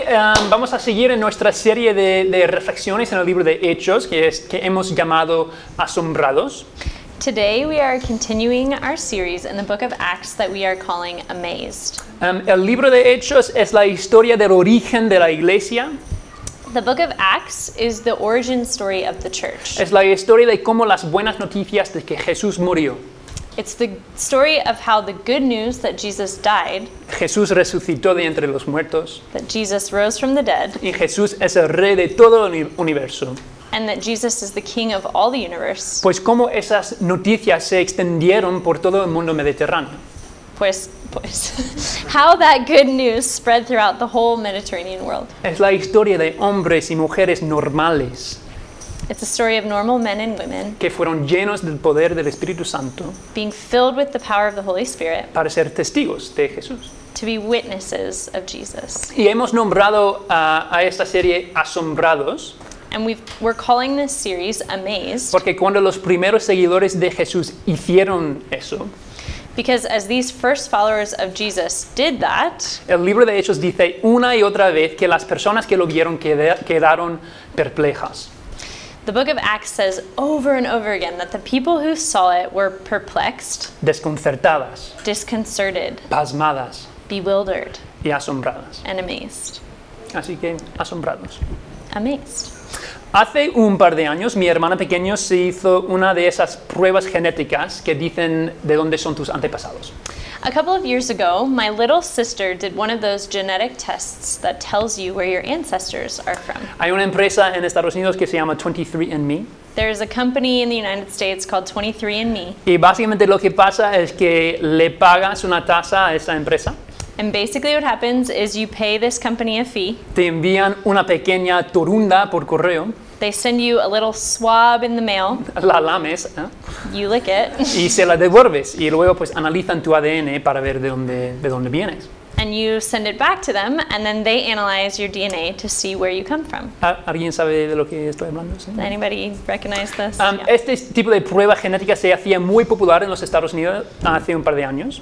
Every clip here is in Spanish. um, vamos a seguir en nuestra serie de, de reflexiones en el libro de Hechos, que, es, que hemos llamado Asombrados. Today we are continuing our series in the book of Acts that we are calling Amazed. Um, el libro de Hechos es la historia del origen de la iglesia, The book of Acts is the origin story of the church. es la historia de cómo las buenas noticias de que Jesús murió, It's the story of how the good news that Jesus died, Jesús resucitó de entre los muertos that Jesus rose from the dead, y Jesús es el rey de todo el uni- universo. and that Jesus is the king of all the universe, Pues cómo esas noticias se extendieron por todo el mundo mediterráneo. pues, pues, how that good news spread throughout the whole Mediterranean world. Es la historia de hombres y mujeres normales It's a story of normal men and women que fueron llenos del poder del Espíritu Santo being filled with the power of the Holy Spirit para ser testigos de Jesús. to be witnesses of Jesus. Y hemos nombrado a, a esta serie Asombrados, And we've, we're calling this series Amazed porque cuando los primeros seguidores de Jesús hicieron eso, because as these first followers of Jesus did that, el libro de Hechos dice una y otra vez que las personas que lo vieron queda- quedaron perplejas. The book of Acts says over and over again that the people who saw it were perplexed, desconcertadas, disconcerted, pasmadas bewildered, y asombradas. and amazed. Así que asombrados. Amazed. Hace un par de años mi hermana pequeña se hizo una de esas pruebas genéticas que dicen de dónde son tus antepasados. A couple of years ago, my little sister did one of those genetic tests that tells you where your ancestors are from. Hay una empresa en Estados Unidos que se llama 23andMe There's a company in the United States called 23andMe, y básicamente lo que pasa es que le pagas una tasa a esa empresa, and basically what happens is you pay this company a fee. te envían una pequeña torunda por correo, They send you a little swab in the mail, la lames ¿eh? you lick it, y se la devuelves y luego pues analizan tu ADN para ver de dónde, de dónde vienes. and you send it back to them, and then they analyze your DNA to see where you come from. ¿Al- ¿Ah, ¿Alguien sabe de lo que estoy hablando? Sí. Anybody recognize this? Um, Yeah. Este tipo de prueba genética se hacía muy popular en los Estados Unidos hace un par de años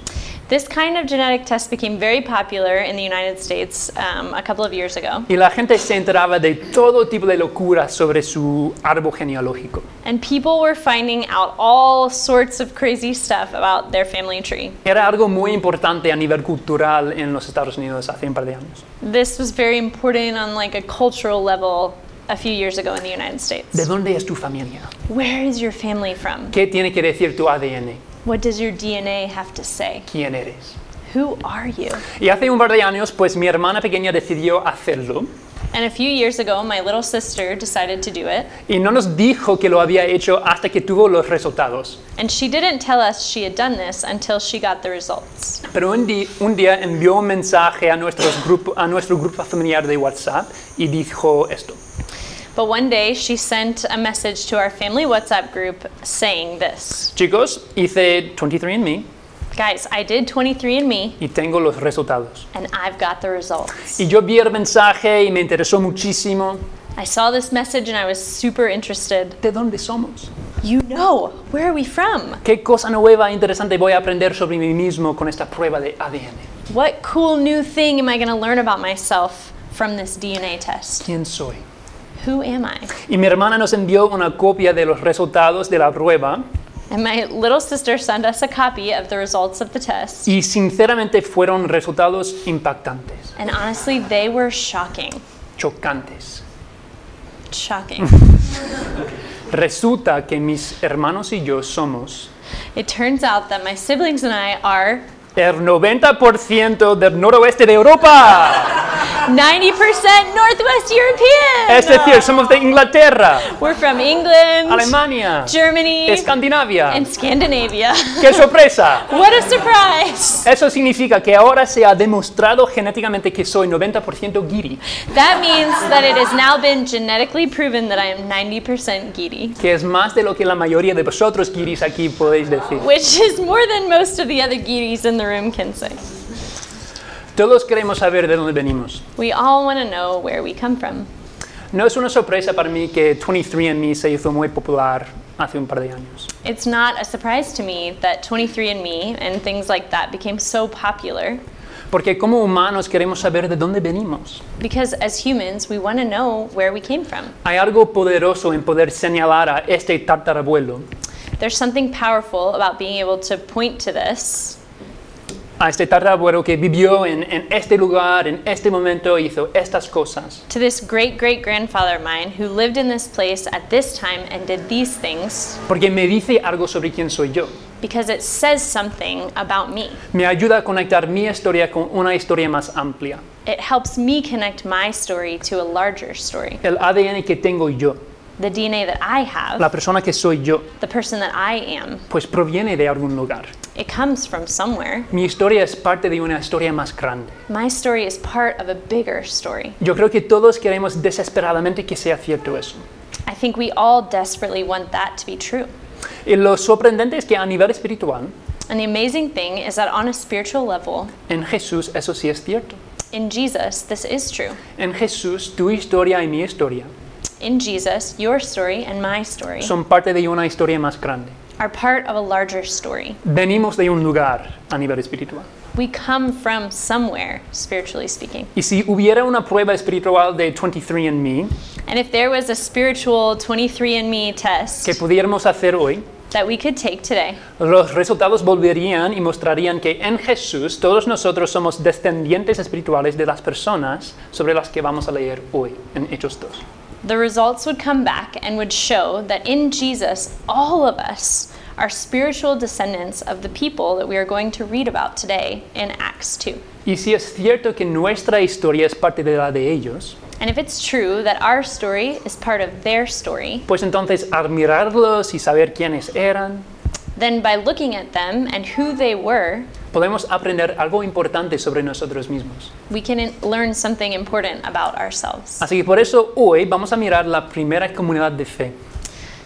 This kind of genetic test became very popular in the United States um, a couple of years ago, y la gente se enteraba de todo tipo de locuras sobre su árbol genealógico. and people were finding out all sorts of crazy stuff about their family tree. Era algo muy importante a nivel cultural en los Estados Unidos hace un par de años. This was very important on like a cultural level a few years ago in the United ¿De States. dónde es tu familia? Where is your family from? ¿Qué tiene que decir tu ADN? What does your DNA have to say? ¿Quién eres? Who are you? Y hace un par de años, pues mi hermana pequeña decidió hacerlo And a few years ago, my little sister decided to do it, y no nos dijo que lo había hecho hasta que tuvo los resultados. and she didn't tell us she had done this until she got the results. Pero un, di- un día envió un mensaje a, nuestros grupo- a nuestro grupo familiar de WhatsApp y dijo esto. But one day she sent a message to our family WhatsApp group saying this Chicos, hice 23andMe Guys, I did 23andMe y tengo los resultados. and I've got the results. Y yo vi el mensaje y me interesó muchísimo. I saw this message and I was super interested. ¿De dónde somos? You know, where are we from? ¿Qué cosa nueva e interesante voy a aprender sobre mí mismo con esta prueba de ADN? What cool new thing am I going to learn about myself from this DNA test? ¿Quién soy? Who am I? Y mi hermana nos envió una copia de los resultados de la prueba And my little sister sent us a copy of the results of the test. y sinceramente fueron resultados impactantes, And honestly, they were shocking. chocantes. Shocking. Resulta que mis hermanos y yo somos it turns out that my siblings and I are El 90% del noroeste de Europa. 90% Northwest European. Es decir, somos de Inglaterra, We're from England, Alemania, Germany, Escandinavia. and Scandinavia. ¡Qué sorpresa! what a surprise! Eso significa que ahora se ha demostrado genéticamente que soy 90% guiri, That means that it has now been genetically proven that I am 90% Gidi, que es más de lo que la mayoría de vosotros guiris aquí podéis decir. which is more than most of the other Gidis in the room can say. Todos queremos saber de dónde venimos. We all want to know where we come from. No es una sorpresa para mí que 23andMe se hizo muy popular hace un par de años. It's not a surprise to me that 23andMe and things like that became so popular Porque como humanos queremos saber de dónde venimos. Because as humans, we want to know where we came from. Hay algo poderoso en poder señalar a este tatarabuelo, There's something powerful about being able to point to this, a este tatarabuelo que vivió en, en este lugar, en este momento, hizo estas cosas. to this great great grandfather of mine who lived in this place at this time and did these things, Porque me dice algo sobre quién soy yo. because it says something about me. Me ayuda a conectar mi historia con una historia más amplia. It helps me connect my story to a larger story. El ADN que tengo yo, The DNA that I have, la persona que soy yo, the person that I am, pues proviene de algún lugar. it comes from somewhere. Mi historia es parte de una historia más grande. My story is part of a bigger story. Yo creo que todos queremos desesperadamente que sea cierto eso. I think we all desperately want that to be true. Y lo sorprendente es que a nivel espiritual, And the amazing thing is that on a spiritual level, en Jesús eso sí es cierto. in Jesus, this is true. En Jesús tu historia y mi historia In Jesus, your story and my story son parte de una historia más grande. are part of a larger story. Venimos de un lugar a nivel espiritual. We come from somewhere, spiritually speaking. Y si hubiera una prueba espiritual de 23andMe And if there was a spiritual 23andMe test que pudiéramos hacer hoy, that we could take today, los resultados volverían y mostrarían que en Jesús todos nosotros somos descendientes espirituales de las personas sobre las que vamos a leer hoy en Hechos 2. the results would come back and would show that in Jesus, all of us are spiritual descendants of the people that we are going to read about today in Acts 2. Y si es cierto que nuestra historia es parte de la de ellos, And if it's true that our story is part of their story, pues entonces al mirarlos y saber quiénes eran, then by looking at them and who they were, podemos aprender algo importante sobre nosotros mismos. we can in- learn something important about ourselves. Así que por eso hoy vamos a mirar la primera comunidad de fe,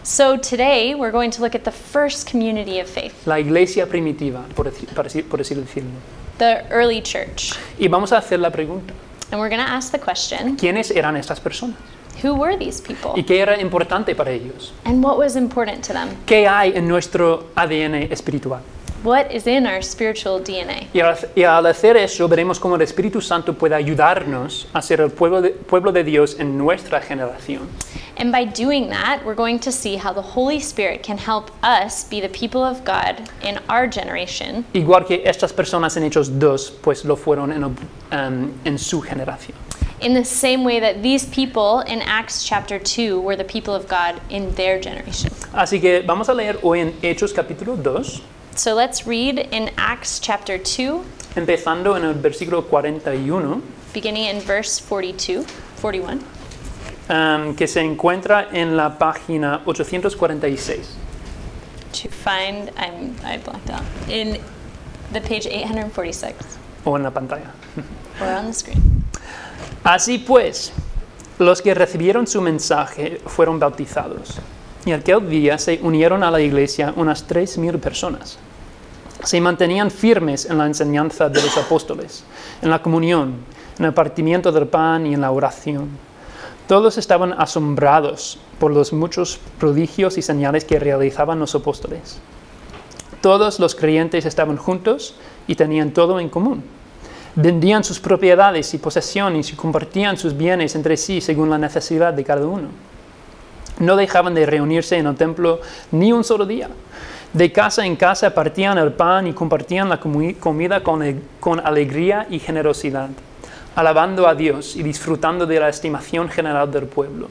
So today we're going to look at the first community of faith, la iglesia primitiva, por, deci- para deci- por así decirlo. the early church. Y vamos a hacer la pregunta, And we're going to ask the question ¿quiénes eran estas personas? who were these ¿Y people? qué era importante para ellos? And what was important to them? ¿Qué hay en nuestro ADN espiritual? What is in our spiritual DNA? Y al, y al hacer eso, veremos cómo el Espíritu Santo puede ayudarnos a ser el pueblo de, pueblo de Dios en nuestra generación. And by doing that, we're going to see how the Holy Spirit can help us be the people of God in our generation, Igual que estas personas en Hechos 2, pues lo fueron en, ob- em, en su generación. in the same way that these people in Acts chapter 2 were the people of God in their generation. Así que vamos a leer hoy en Hechos capítulo 2, So let's read in Acts chapter 2, empezando en el versículo 41, beginning in verse 42, 41. em, que se encuentra en la página 846. To find, I'm, I blacked out. In the page 846, O en la pantalla. or on the screen. Así pues, los que recibieron su mensaje fueron bautizados, y aquel día se unieron a la iglesia unas 3.000 personas. Se mantenían firmes en la enseñanza de los apóstoles, en la comunión, en el partimiento del pan y en la oración. Todos estaban asombrados por los muchos prodigios y señales que realizaban los apóstoles. Todos los creyentes estaban juntos y tenían todo en común. Vendían sus propiedades y posesiones y compartían sus bienes entre sí según la necesidad de cada uno. No dejaban de reunirse en el templo ni un solo día. De casa en casa partían el pan y compartían la comi- comida con, e- con alegría y generosidad, alabando a Dios y disfrutando de la estimación general del pueblo.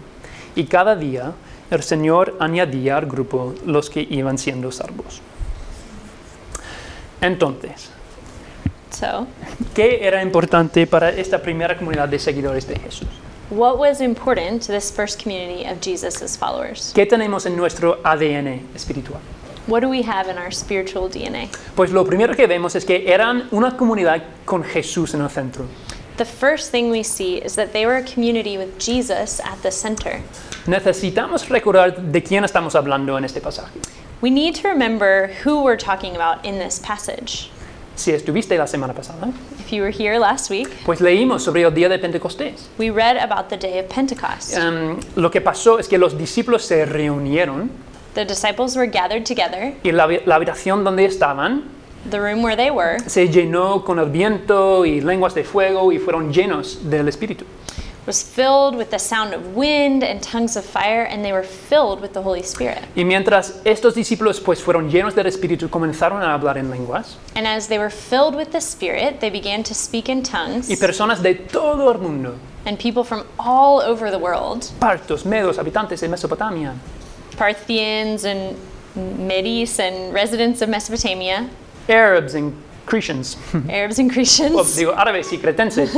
Y cada día el Señor añadía al grupo los que iban siendo salvos. Entonces, So, ¿Qué era importante para esta primera comunidad de seguidores de Jesús? what was important to this first community of Jesus' followers? ¿Qué tenemos en nuestro ADN espiritual? What do we have in our spiritual DNA? Pues lo primero que vemos es que eran una comunidad con Jesús en el centro. The first thing we see is that they were a community with Jesus at the center. Necesitamos recordar de quién estamos hablando en este pasaje. We need to remember who we're talking about in this passage. Si estuviste la semana pasada, If you were here last week, pues leímos sobre el día de Pentecostés. we read about the day of Pentecost. Em, lo que pasó es que los discípulos se reunieron The disciples were gathered together, y la, habi- la habitación donde estaban the room where they were se llenó con el viento y lenguas de fuego y fueron llenos del Espíritu. was filled with the sound of wind and tongues of fire, and they were filled with the Holy Spirit. Y mientras estos discípulos pues fueron llenos del Espíritu, comenzaron a hablar en lenguas And as they were filled with the Spirit, they began to speak in tongues. y personas de todo el mundo, And people from all over the world, partos, medos, habitantes de Mesopotamia, Parthians and Medes and residents of Mesopotamia, árabes y Cretians, Arabs and Grecians, o digo árabes y cretenses,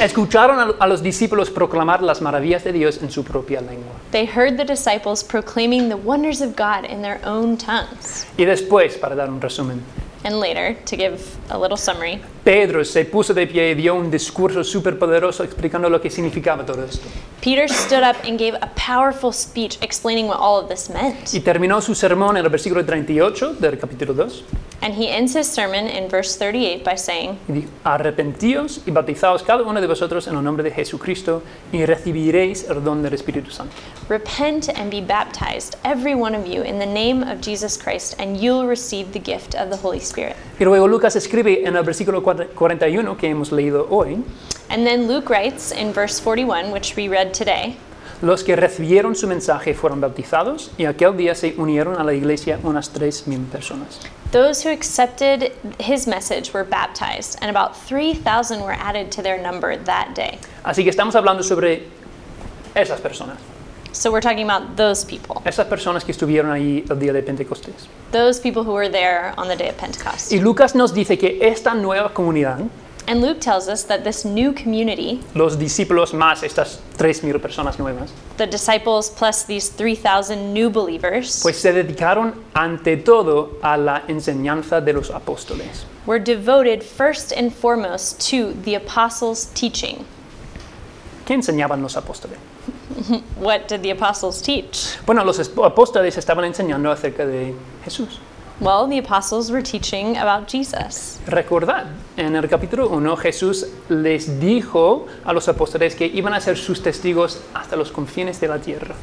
escucharon a- a los discípulos proclamar las maravillas de Dios en su propia lengua. they heard the disciples proclaiming the wonders of God in their own tongues. Y después, para dar un resumen, And later, to give a little summary, Pedro se puso de pie y dio un discurso superpoderoso explicando lo que significaba todo esto. Peter stood up and gave a powerful speech explaining what all of this meant. Y terminó su sermón en el versículo 38 del capítulo 2 And he ends his sermon in verse 38 by saying, y dijo, arrepentíos y bautizaos cada uno de vosotros en el nombre de Jesucristo y recibiréis el don del Espíritu Santo. Repent and be baptized, every one of you, in the name of Jesus Christ, and you'll receive the gift of the Holy Spirit. Y luego Lucas escribe en el versículo cuar- 41 que hemos leído hoy, And then Luke writes in verse 41, which we read today los que recibieron su mensaje fueron bautizados y aquel día se unieron a la iglesia unas 3.000 personas. those who accepted his message were baptized, and about 3,000 were added to their number that day. Así que estamos hablando sobre esas personas, So we're talking about those people, esas personas que estuvieron ahí el día de Pentecostés. those people who were there on the day of Pentecost. Y Lucas nos dice que esta nueva comunidad And Luke tells us that this new community, los discípulos más estas 3.000 personas nuevas, the disciples plus these 3,000 new believers, pues se dedicaron ante todo a la enseñanza de los apóstoles. were devoted first and foremost to the apostles' teaching. ¿Qué enseñaban los apóstoles? What did the apostles teach? Bueno, los esp- apóstoles estaban enseñando acerca de Jesús. Well, the apostles were teaching about Jesus. Recordad, en el capítulo 1 Jesús les dijo a los apóstoles que iban a ser sus testigos hasta los confines de la tierra.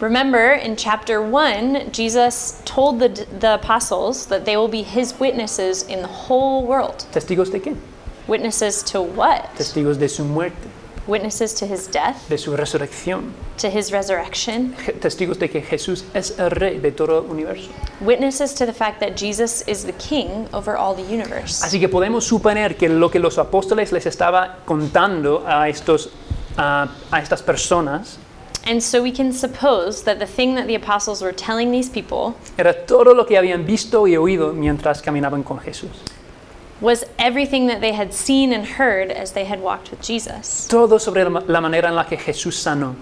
Remember, in chapter 1, Jesus told the, the apostles that they will be his witnesses in the whole world. ¿Testigos de qué? Witnesses to what? Testigos de su muerte, Witnesses to his death, de su resurrección, to his resurrection, je- testigos de que Jesús es el rey de todo el universo. witnesses to the fact that Jesus is the king over all the universe. Así que podemos suponer que lo que los apóstoles les estaba contando a, estos, a, a estas personas And so we can suppose that the thing that the apostles were telling these people era todo lo que habían visto y oído mientras caminaban con Jesús. was everything that they had seen and heard as they had walked with Jesus. Todo sobre la ma- la manera en la que Jesús sanó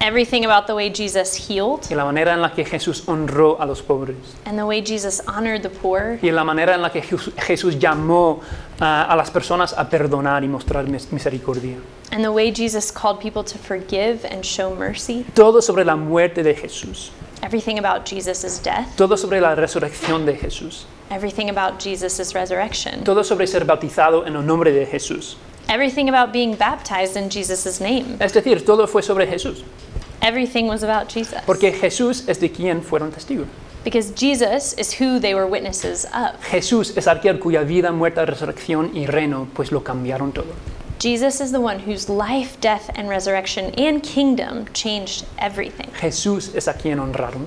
Everything about the way Jesus healed, y la manera en la que Jesús honró a los pobres and the way Jesus honored the poor, y la manera en la que Jesús- Jesús llamó ah, a las personas a perdonar y mostrar mis- misericordia. and the way Jesus called people to forgive and show mercy. Todo sobre la muerte de Jesús. Everything about Jesus' death, Todo sobre la resurrección de Jesús. everything about Jesus' resurrection, Todo sobre ser bautizado en el nombre de Jesús. everything about being baptized in Jesus' name. Es decir, todo fue sobre Jesús. Everything was about Jesus. Porque Jesús es de quien fueron testigos. Because Jesus is who they were witnesses of. Jesús es aquel cuya vida, muerte, resurrección y reino, pues lo cambiaron todo. Jesus is the one whose life, death, and resurrection and kingdom changed everything. Jesús es a quien honraron.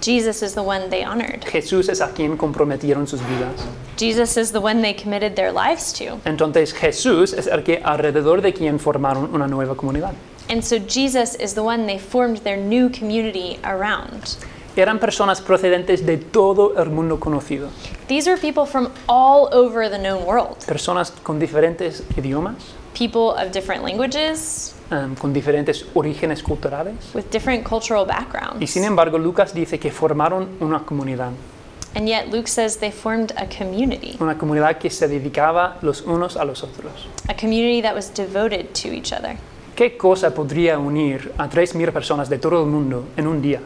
Jesus is the one they honored. Jesús es a quien comprometieron sus vidas. Jesus is the one they committed their lives to. Entonces Jesús es el que alrededor de quien formaron una nueva comunidad. And so Jesus is the one they formed their new community around. Eran personas procedentes de todo el mundo conocido. These were people from all over the known world Personas con diferentes idiomas, people of different languages, em, con diferentes orígenes culturales. with different cultural Y backgrounds. sin embargo Lucas dice que formaron una comunidad. And yet Luke says they formed a community, Una comunidad que se dedicaba los unos a los otros. a community that was devoted to each other. ¿Qué cosa podría unir a 3.000 personas de todo el mundo en un día?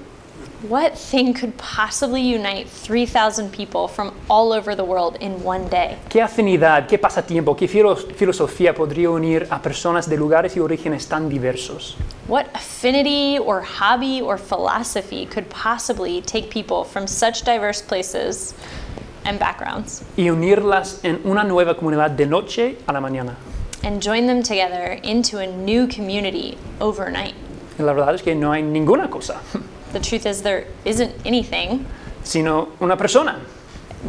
What thing could possibly unite 3,000 people from all over the world in one day? ¿Qué afinidad, qué pasatiempo, qué filo- filosofía podría unir a personas de lugares y orígenes tan diversos? What affinity or hobby or philosophy could possibly take people from such diverse places and backgrounds, y unirlas en una nueva comunidad de noche a la mañana. and join them together into a new community overnight. Y la verdad es que no hay ninguna cosa, The truth is, there isn't anything, sino una persona,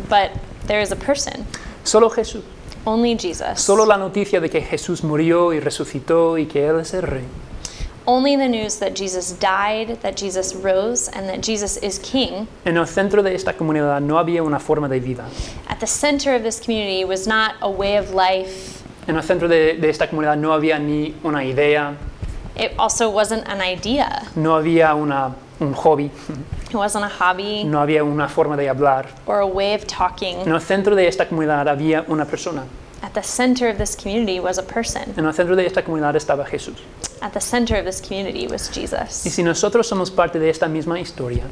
but there is a person, solo Jesús. only Jesus. Solo la noticia de que Jesús murió y resucitó y que Él es el rey. Only the news that Jesus died, that Jesus rose, and that Jesus is king En el centro de esta comunidad no había una forma de vida. at the center of this community was not a way of life. En el centro de, de esta comunidad no había ni una idea, It also wasn't an idea. no había una, un hobby, It wasn't a hobby no había una forma de hablar. or a way of talking. En el centro de esta comunidad había una persona. At the center of this community was a person. En el centro de esta comunidad estaba Jesús. At the center of this community was Y Jesus. si nosotros somos parte de esta misma historia,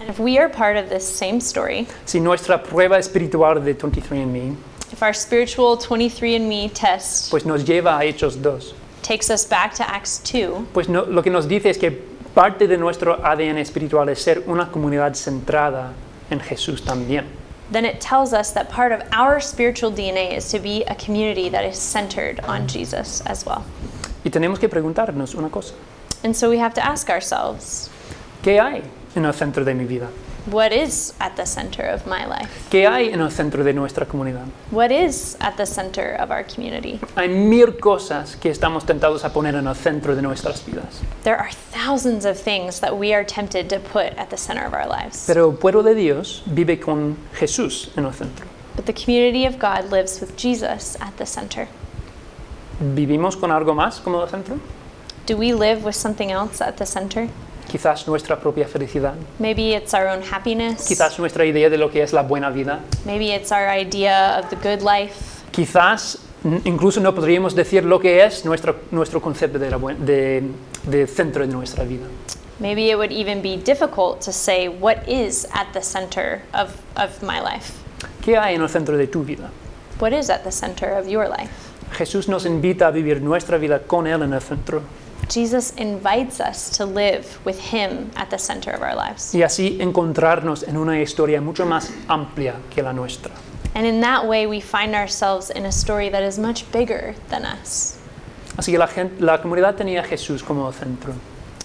And if we are part of this same story, si nuestra prueba espiritual de 23andMe if our spiritual 23andMe test pues nos lleva a Hechos 2, takes us back to Acts 2, pues no- lo que nos dice es que parte de nuestro ADN espiritual es ser una comunidad centrada en Jesús también. then it tells us that part of our spiritual DNA is to be a community that is centered on Jesus as well. Y tenemos que preguntarnos una cosa, And so we have to ask ourselves, ¿qué hay en el centro de mi vida? what is at the center of my life? ¿Qué hay en el centro de nuestra comunidad? What is at the center of our community? Hay mil cosas que estamos tentados a poner en el centro de nuestras vidas, There are thousands of things that we are tempted to put at the center of our lives. pero el pueblo de Dios vive con Jesús en el centro. But the community of God lives with Jesus at the center. ¿Vivimos con algo más como el centro? Do we live with something else at the center? Quizás nuestra propia felicidad, Maybe it's our own happiness. quizás nuestra idea de lo que es la buena vida, Maybe it's our idea of the good life. quizás n- incluso no podríamos decir lo que es nuestro, nuestro concepto de, la buen- de- de centro de nuestra vida. Maybe it would even be difficult to say what is at the center of, of my life. ¿Qué hay en el centro de tu vida? What is at the center of your life? Jesús nos invita a vivir nuestra vida con Él en el centro Jesus invites us to live with Him at the center of our lives. y así encontrarnos en una historia mucho más amplia que la nuestra. And in that way, we find ourselves in a story that is much bigger than us. Así que la, gen- la comunidad tenía a Jesús como el centro.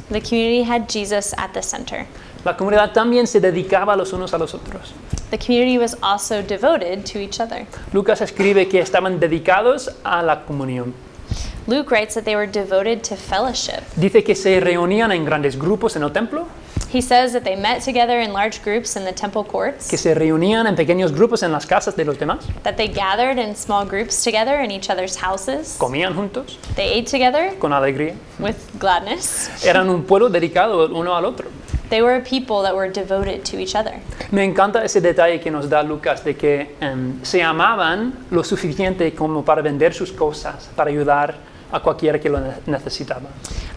The community had Jesus at the center. La comunidad también se dedicaba los unos a los otros. The community was also devoted to each other. Lucas escribe que estaban dedicados a la comunión. Luke writes that they were devoted to fellowship. Dice que se reunían en grandes grupos en el templo, He says that they met together in large groups in the temple que courts, se reunían en pequeños grupos en las casas de los demás, that they gathered in small groups together in each other's houses, comían juntos they ate together con alegría. with gladness. Eran un pueblo dedicado el uno al otro. They were a people that were devoted to each other. Me encanta ese detalle que nos da Lucas de que em, se amaban lo suficiente como para vender sus cosas, para ayudar a cualquiera que lo ne- necesitaba.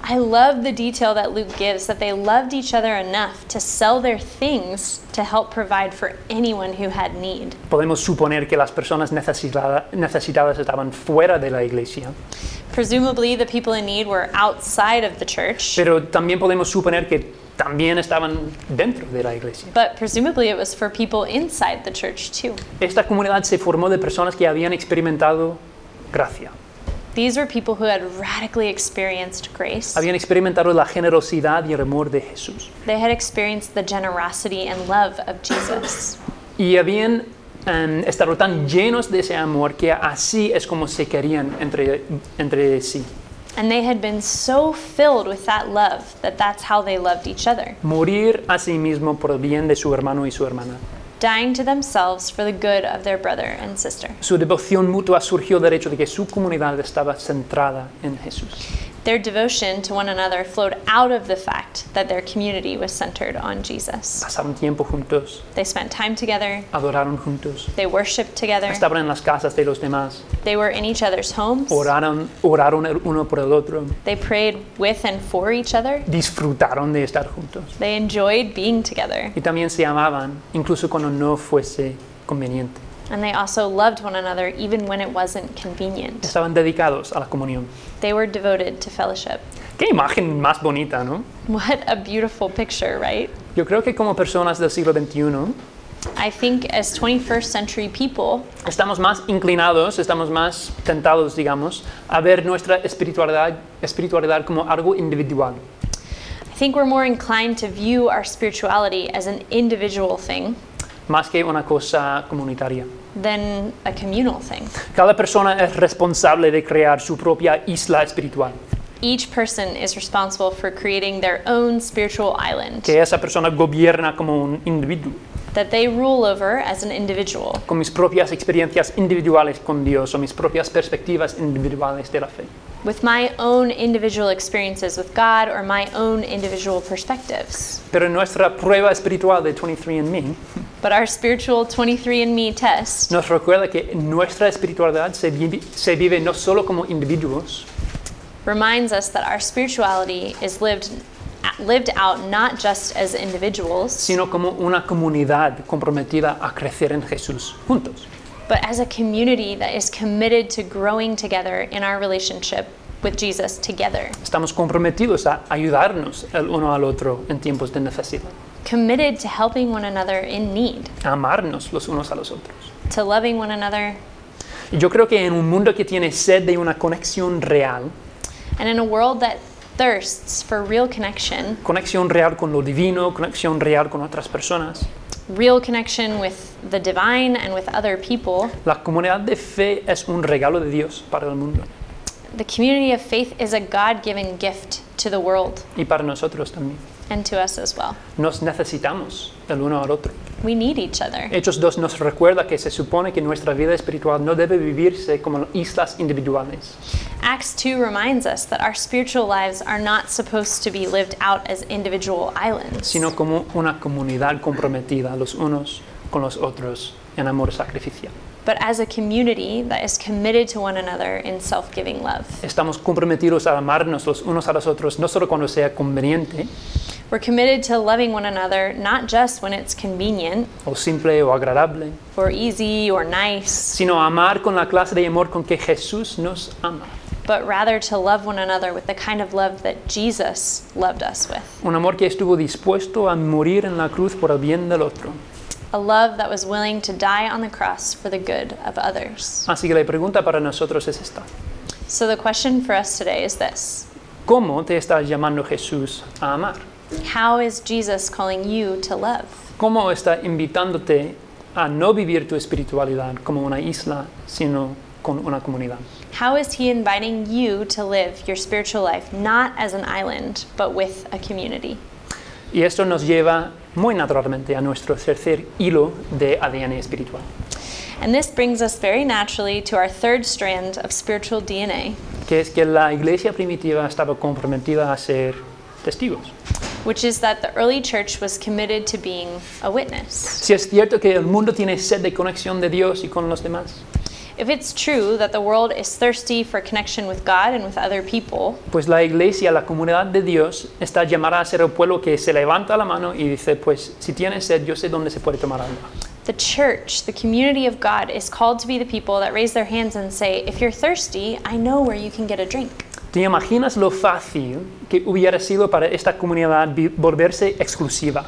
I love the detail that Luke gives that they loved each other enough to sell their things to help provide for anyone who had need. Podemos suponer que las personas necesitada- necesitadas estaban fuera de la iglesia, Presumably, the people in need were outside of the church, pero también podemos suponer que también estaban dentro de la iglesia. but presumably it was for people inside the church too. Esta comunidad se formó de personas que habían experimentado gracia, These were people who had radically experienced grace. habían experimentado la generosidad y el amor de Jesús They had experienced the generosity and love of Jesus. y habían em, estado tan llenos de ese amor que así es como se querían entre, entre sí. And they had been so filled with that love that that's how they loved each other, Morir a sí mismo por el bien de su hermano y su hermana. dying to themselves for the good of their brother and sister. Su devoción mutua surgió del hecho de que su comunidad estaba centrada en Jesús. Their devotion to one another flowed out of the fact that their community was centered on Jesus. Pasaron tiempo juntos, They spent time together, adoraron juntos, they worshiped together, estaban en las casas de los demás, they were in each other's homes, oraron, oraron el uno por el otro, they prayed with and for each other, disfrutaron de estar juntos. they enjoyed being together, y también se amaban, incluso cuando no fuese conveniente. and they also loved one another even when it wasn't convenient. Estaban dedicados a la comunión. They were devoted to fellowship. Qué imagen más bonita, ¿no? What a beautiful picture, right? Yo creo que como personas del siglo XXI I think as 21st century people, estamos más inclinados, estamos más tentados, digamos, a ver nuestra espiritualidad, espiritualidad como algo individual. I think we're more inclined to view our spirituality as an individual thing más que una cosa comunitaria. than a communal thing. Cada persona es responsable de crear su propia isla espiritual, Each person is responsible for creating their own spiritual island que esa persona gobierna como un individuo. that they rule over as an individual. Con mis propias experiencias individuales con Dios o mis propias perspectivas individuales de la fe. with my own individual experiences with God or my own individual perspectives. Pero nuestra prueba espiritual de 23andMe But our spiritual 23andMe test nos recuerda que nuestra espiritualidad se vive, se vive no solo como individuos, reminds us that our spirituality is lived lived out not just as individuals, sino como una comunidad comprometida a crecer en Jesús juntos. but as a community that is committed to growing together in our relationship with Jesus together, Estamos comprometidos a ayudarnos el uno al otro en tiempos de necesidad, committed to helping one another in need, a amarnos los unos a los otros. to loving one another. Y Yo creo que en un mundo que tiene sed de una conexión real, And in a world that thirsts for real connection, conexión real con lo divino, conexión real con otras personas, real connection with the divine and with other people, la comunidad de fe es un regalo de Dios para el mundo The community of faith is a God given gift to the world y para nosotros también. and to us as well. Nos necesitamos el uno al otro. We need each other. Hechos 2 nos recuerda que se supone que nuestra vida espiritual no debe vivirse como islas individuales, Acts 2 reminds us that our spiritual lives are not supposed to be lived out as individual islands, sino como una comunidad comprometida los unos con los otros en amor sacrificial. but as a community that is committed to one another in self giving love. Estamos comprometidos a amarnos los unos a los otros no solo cuando sea conveniente We're committed to loving one another not just when it's convenient o simple o agradable, or easy or nice, sino a amar con la clase de amor con que Jesús nos ama. but rather to love one another with the kind of love that Jesus loved us with. Un amor que estuvo dispuesto a morir en la cruz por el bien del otro. a love that was willing to die on the cross for the good of others. Así que la pregunta para nosotros es esta. So the question for us today is this ¿Cómo te está llamando Jesús a amar? How is Jesus calling you to love? ¿Cómo está invitándote a no vivir tu espiritualidad como una isla, sino con una comunidad? How is he inviting you to live your spiritual life not as an island, but with a community? Y esto nos lleva muy naturalmente a nuestro tercer hilo de ADN espiritual. And this brings us very naturally to our third strand of spiritual DNA, que es que la iglesia primitiva estaba comprometida a ser testigos. which is that the early church was committed to being a witness. Si es cierto que el mundo tiene sed de conexión de Dios y con los demás, If it's true that the world is thirsty for connection with God and with other people, pues la iglesia, la comunidad de Dios, está llamada a ser el pueblo que se levanta la mano y dice, pues si tienes sed, yo sé dónde se puede tomar agua. The church, the community of God, is called to be the people that raise their hands and say, If you're thirsty, I know where you can get a drink. ¿Te imaginas lo fácil que hubiera sido para esta comunidad vi- volverse exclusiva?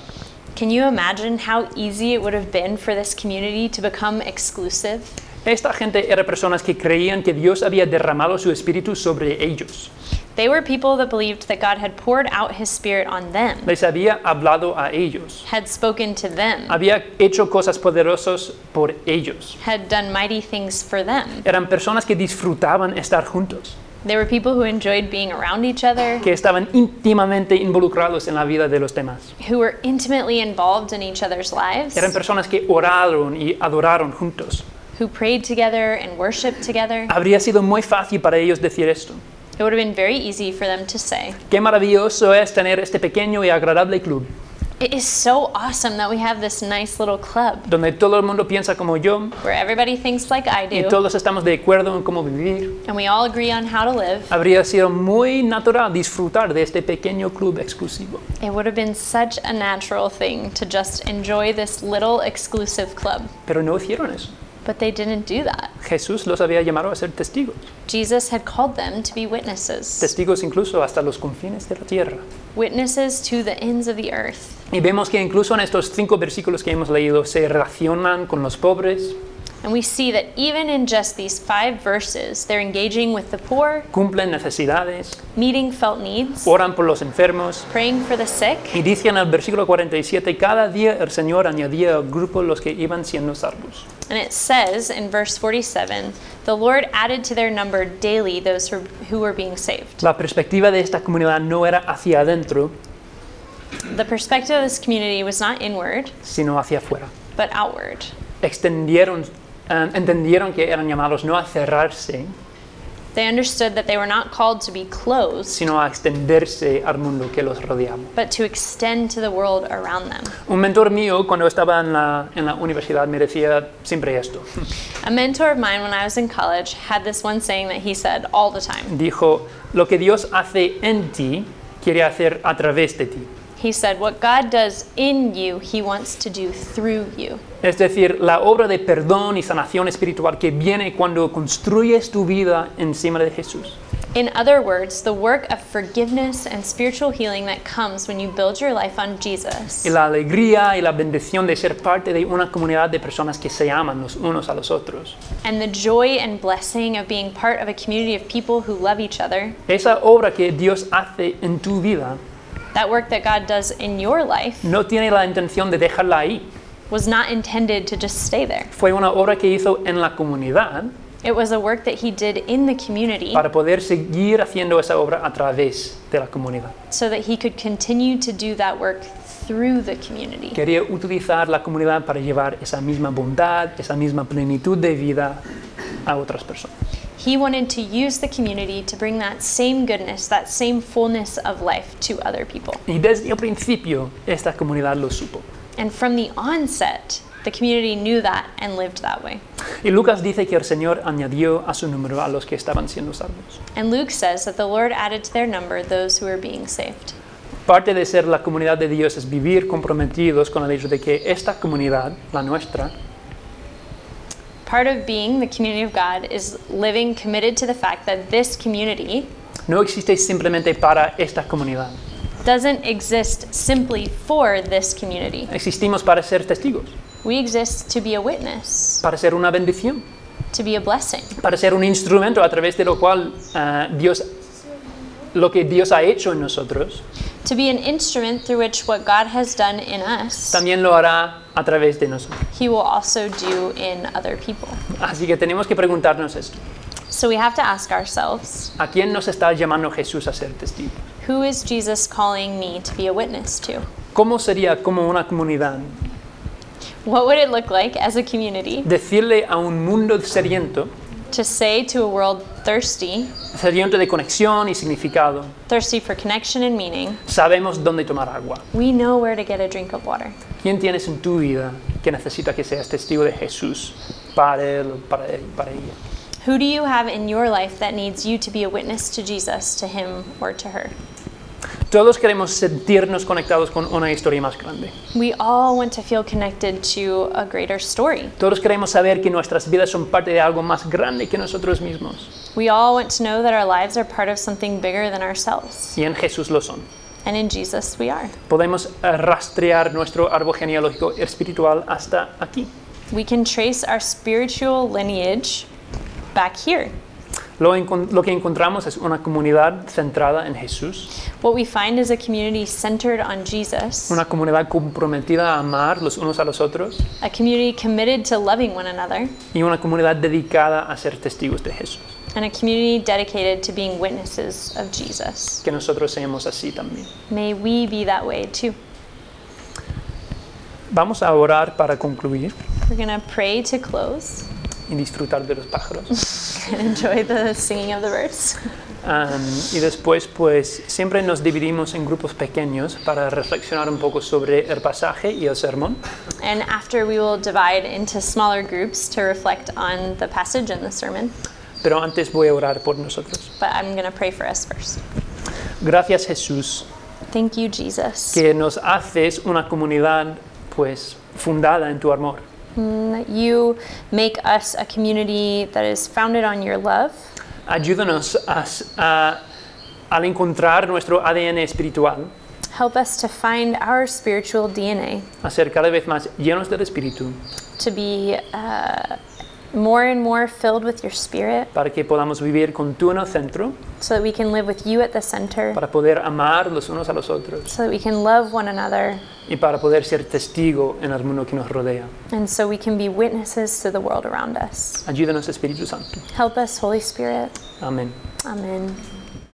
Can you imagine how easy it would have been for this community to become exclusive? Esta gente era personas que creían que Dios había derramado su espíritu sobre ellos. They were people that believed that God had poured out his spirit on them, Les había hablado a ellos. had spoken to them, había hecho cosas poderosas por ellos. had done mighty things for them. Eran personas que disfrutaban estar juntos, They were people who enjoyed being around each other, que estaban íntimamente involucrados en la vida de los demás. who were intimately involved in each other's lives, Eran personas que oraron y adoraron juntos. who prayed together and worshiped together. Habría sido muy fácil para ellos decir esto. It would have been very easy for them to say, Qué maravilloso es tener este pequeño y agradable club, It is so awesome that we have this nice little club donde todo el mundo piensa como yo where everybody thinks like I y do todos estamos de acuerdo en cómo vivir. and we all agree on how to live. Habría sido muy natural disfrutar de este pequeño club exclusivo. It would have been such a natural thing to just enjoy this little exclusive club, Pero no hicieron eso. But they didn't do that. Jesús los había llamado a ser testigos, Jesus had called them to be witnesses, testigos incluso hasta los confines de la tierra. witnesses to the ends of the earth. Y vemos que incluso en estos cinco versículos que hemos leído se relacionan con los pobres, And we see that even in just these five verses, they're engaging with the poor, cumplen necesidades, meeting felt needs, oran por los enfermos. praying for the sick. Y dice en el versículo 47, cada día el Señor añadía al grupo los que iban siendo salvos. And it says in verse 47 the Lord added to their number daily those who who were being saved. La perspectiva de esta comunidad no era hacia adentro, The perspective of this community was not inward, sino hacia afuera. but outward. Extendieron, eh, entendieron que eran llamados no a cerrarse, They understood that they were not called to be closed, sino a extenderse al mundo que los rodeaba. but to extend to the world around them. Un mentor mío cuando estaba en la, en la universidad me decía siempre esto. A mentor of mine when I was in college had this one saying that he said all the time. Dijo, lo que Dios hace en ti, quiere hacer a través de ti. He said, What God does in you, He wants to do through you. Es decir, la obra de perdón y sanación espiritual que viene cuando construyes tu vida encima de Jesús. In other words, the work of forgiveness and spiritual healing that comes when you build your life on Jesus Y la alegría y la bendición de ser parte de una comunidad de personas que se aman los unos a los otros. and the joy and blessing of being part of a community of people who love each other, Esa obra que Dios hace en tu vida that work that God does in your life no tiene la intención de dejarla ahí. was not intended to just stay there. Fue una obra que hizo en la comunidad It was a work that He did in the community para poder seguir haciendo esa obra a través de la comunidad. so that He could continue to do that work through the community. Quería utilizar la comunidad para llevar esa misma bondad, esa misma plenitud de vida a otras personas. He wanted to use the community to bring that same goodness, that same fullness of life to other people. Y desde el principio esta comunidad lo supo. And from the onset, the community knew that and lived that way. Y Lucas dice que el Señor añadió a su número a los que estaban siendo salvos. And Luke says that the Lord added to their number those who were being saved. Parte de ser la comunidad de Dios es vivir comprometidos con el hecho de que esta comunidad, la nuestra, Part of being the community of God is living committed to the fact that this community no existe simplemente para esta comunidad. doesn't exist simply for this community. Existimos para ser testigos, We exist to be a witness, para ser una bendición, to be a blessing, para ser un instrumento a través de lo cual ah, Dios, lo que Dios ha hecho en nosotros, to be an instrument through which what God has done in us. también lo hará a través de nosotros. he will also do in other people. Así que tenemos que preguntarnos esto. So we have to ask ourselves ¿A quién nos está llamando Jesús a ser testigos? who is Jesus calling me to be a witness to? ¿Cómo sería como una comunidad What would it look like as a community decirle a un mundo sediento, to say to a world thirsty, sediento de conexión y significado, thirsty for connection and meaning, sabemos dónde tomar agua? we know where to get a drink of water? ¿Quién tienes en tu vida que necesita que seas testigo de Jesús para él o para, él, para ella? Who do you have in your life that needs you to be a witness to Jesus, to him or to her? Todos queremos sentirnos conectados con una historia más grande. We all want to feel connected to a greater story. Todos queremos saber que nuestras vidas son parte de algo más grande que nosotros mismos. We all want to know that our lives are part of something bigger than ourselves. Y en Jesús lo son. And in Jesus, we are. Podemos eh, rastrear nuestro árbol genealógico espiritual hasta aquí. we can trace our spiritual lineage back here. Lo, encon- lo que encontramos es una comunidad centrada en Jesús, What we find is a community centered on Jesus, una comunidad comprometida a amar los unos a los otros a community committed to loving one another, y una comunidad dedicada a ser testigos de Jesús. and a community dedicated to being witnesses of Jesus. Que nosotros seamos así también. May we be that way too. Vamos a orar para concluir We're going to pray to close y disfrutar de los pájaros. and enjoy the singing of the birds. Am, y después, pues siempre nos dividimos en grupos pequeños para reflexionar un poco sobre el pasaje y el sermón. And after, we will divide into smaller groups to reflect on the passage and the sermon. Pero antes voy a orar por nosotros. But I'm going to pray for us first. Gracias Jesús Thank you, Jesus. que nos haces una comunidad pues fundada en tu amor. Mm, that you make us a community that is founded on your love. Ayúdanos a s- a- al encontrar nuestro ADN espiritual, Help us to find our spiritual DNA, a ser cada vez más llenos del Espíritu, to be uh, more and more filled with your spirit, para que podamos vivir con tú en el centro, so that we can live with you at the center, para poder amar los unos a los otros so that we can love one another, y para poder ser testigo en el mundo que nos rodea. and so we can be witnesses to the world around us. Ayúdanos, Espíritu Santo. Help us, Holy Spirit. Amén. Amen.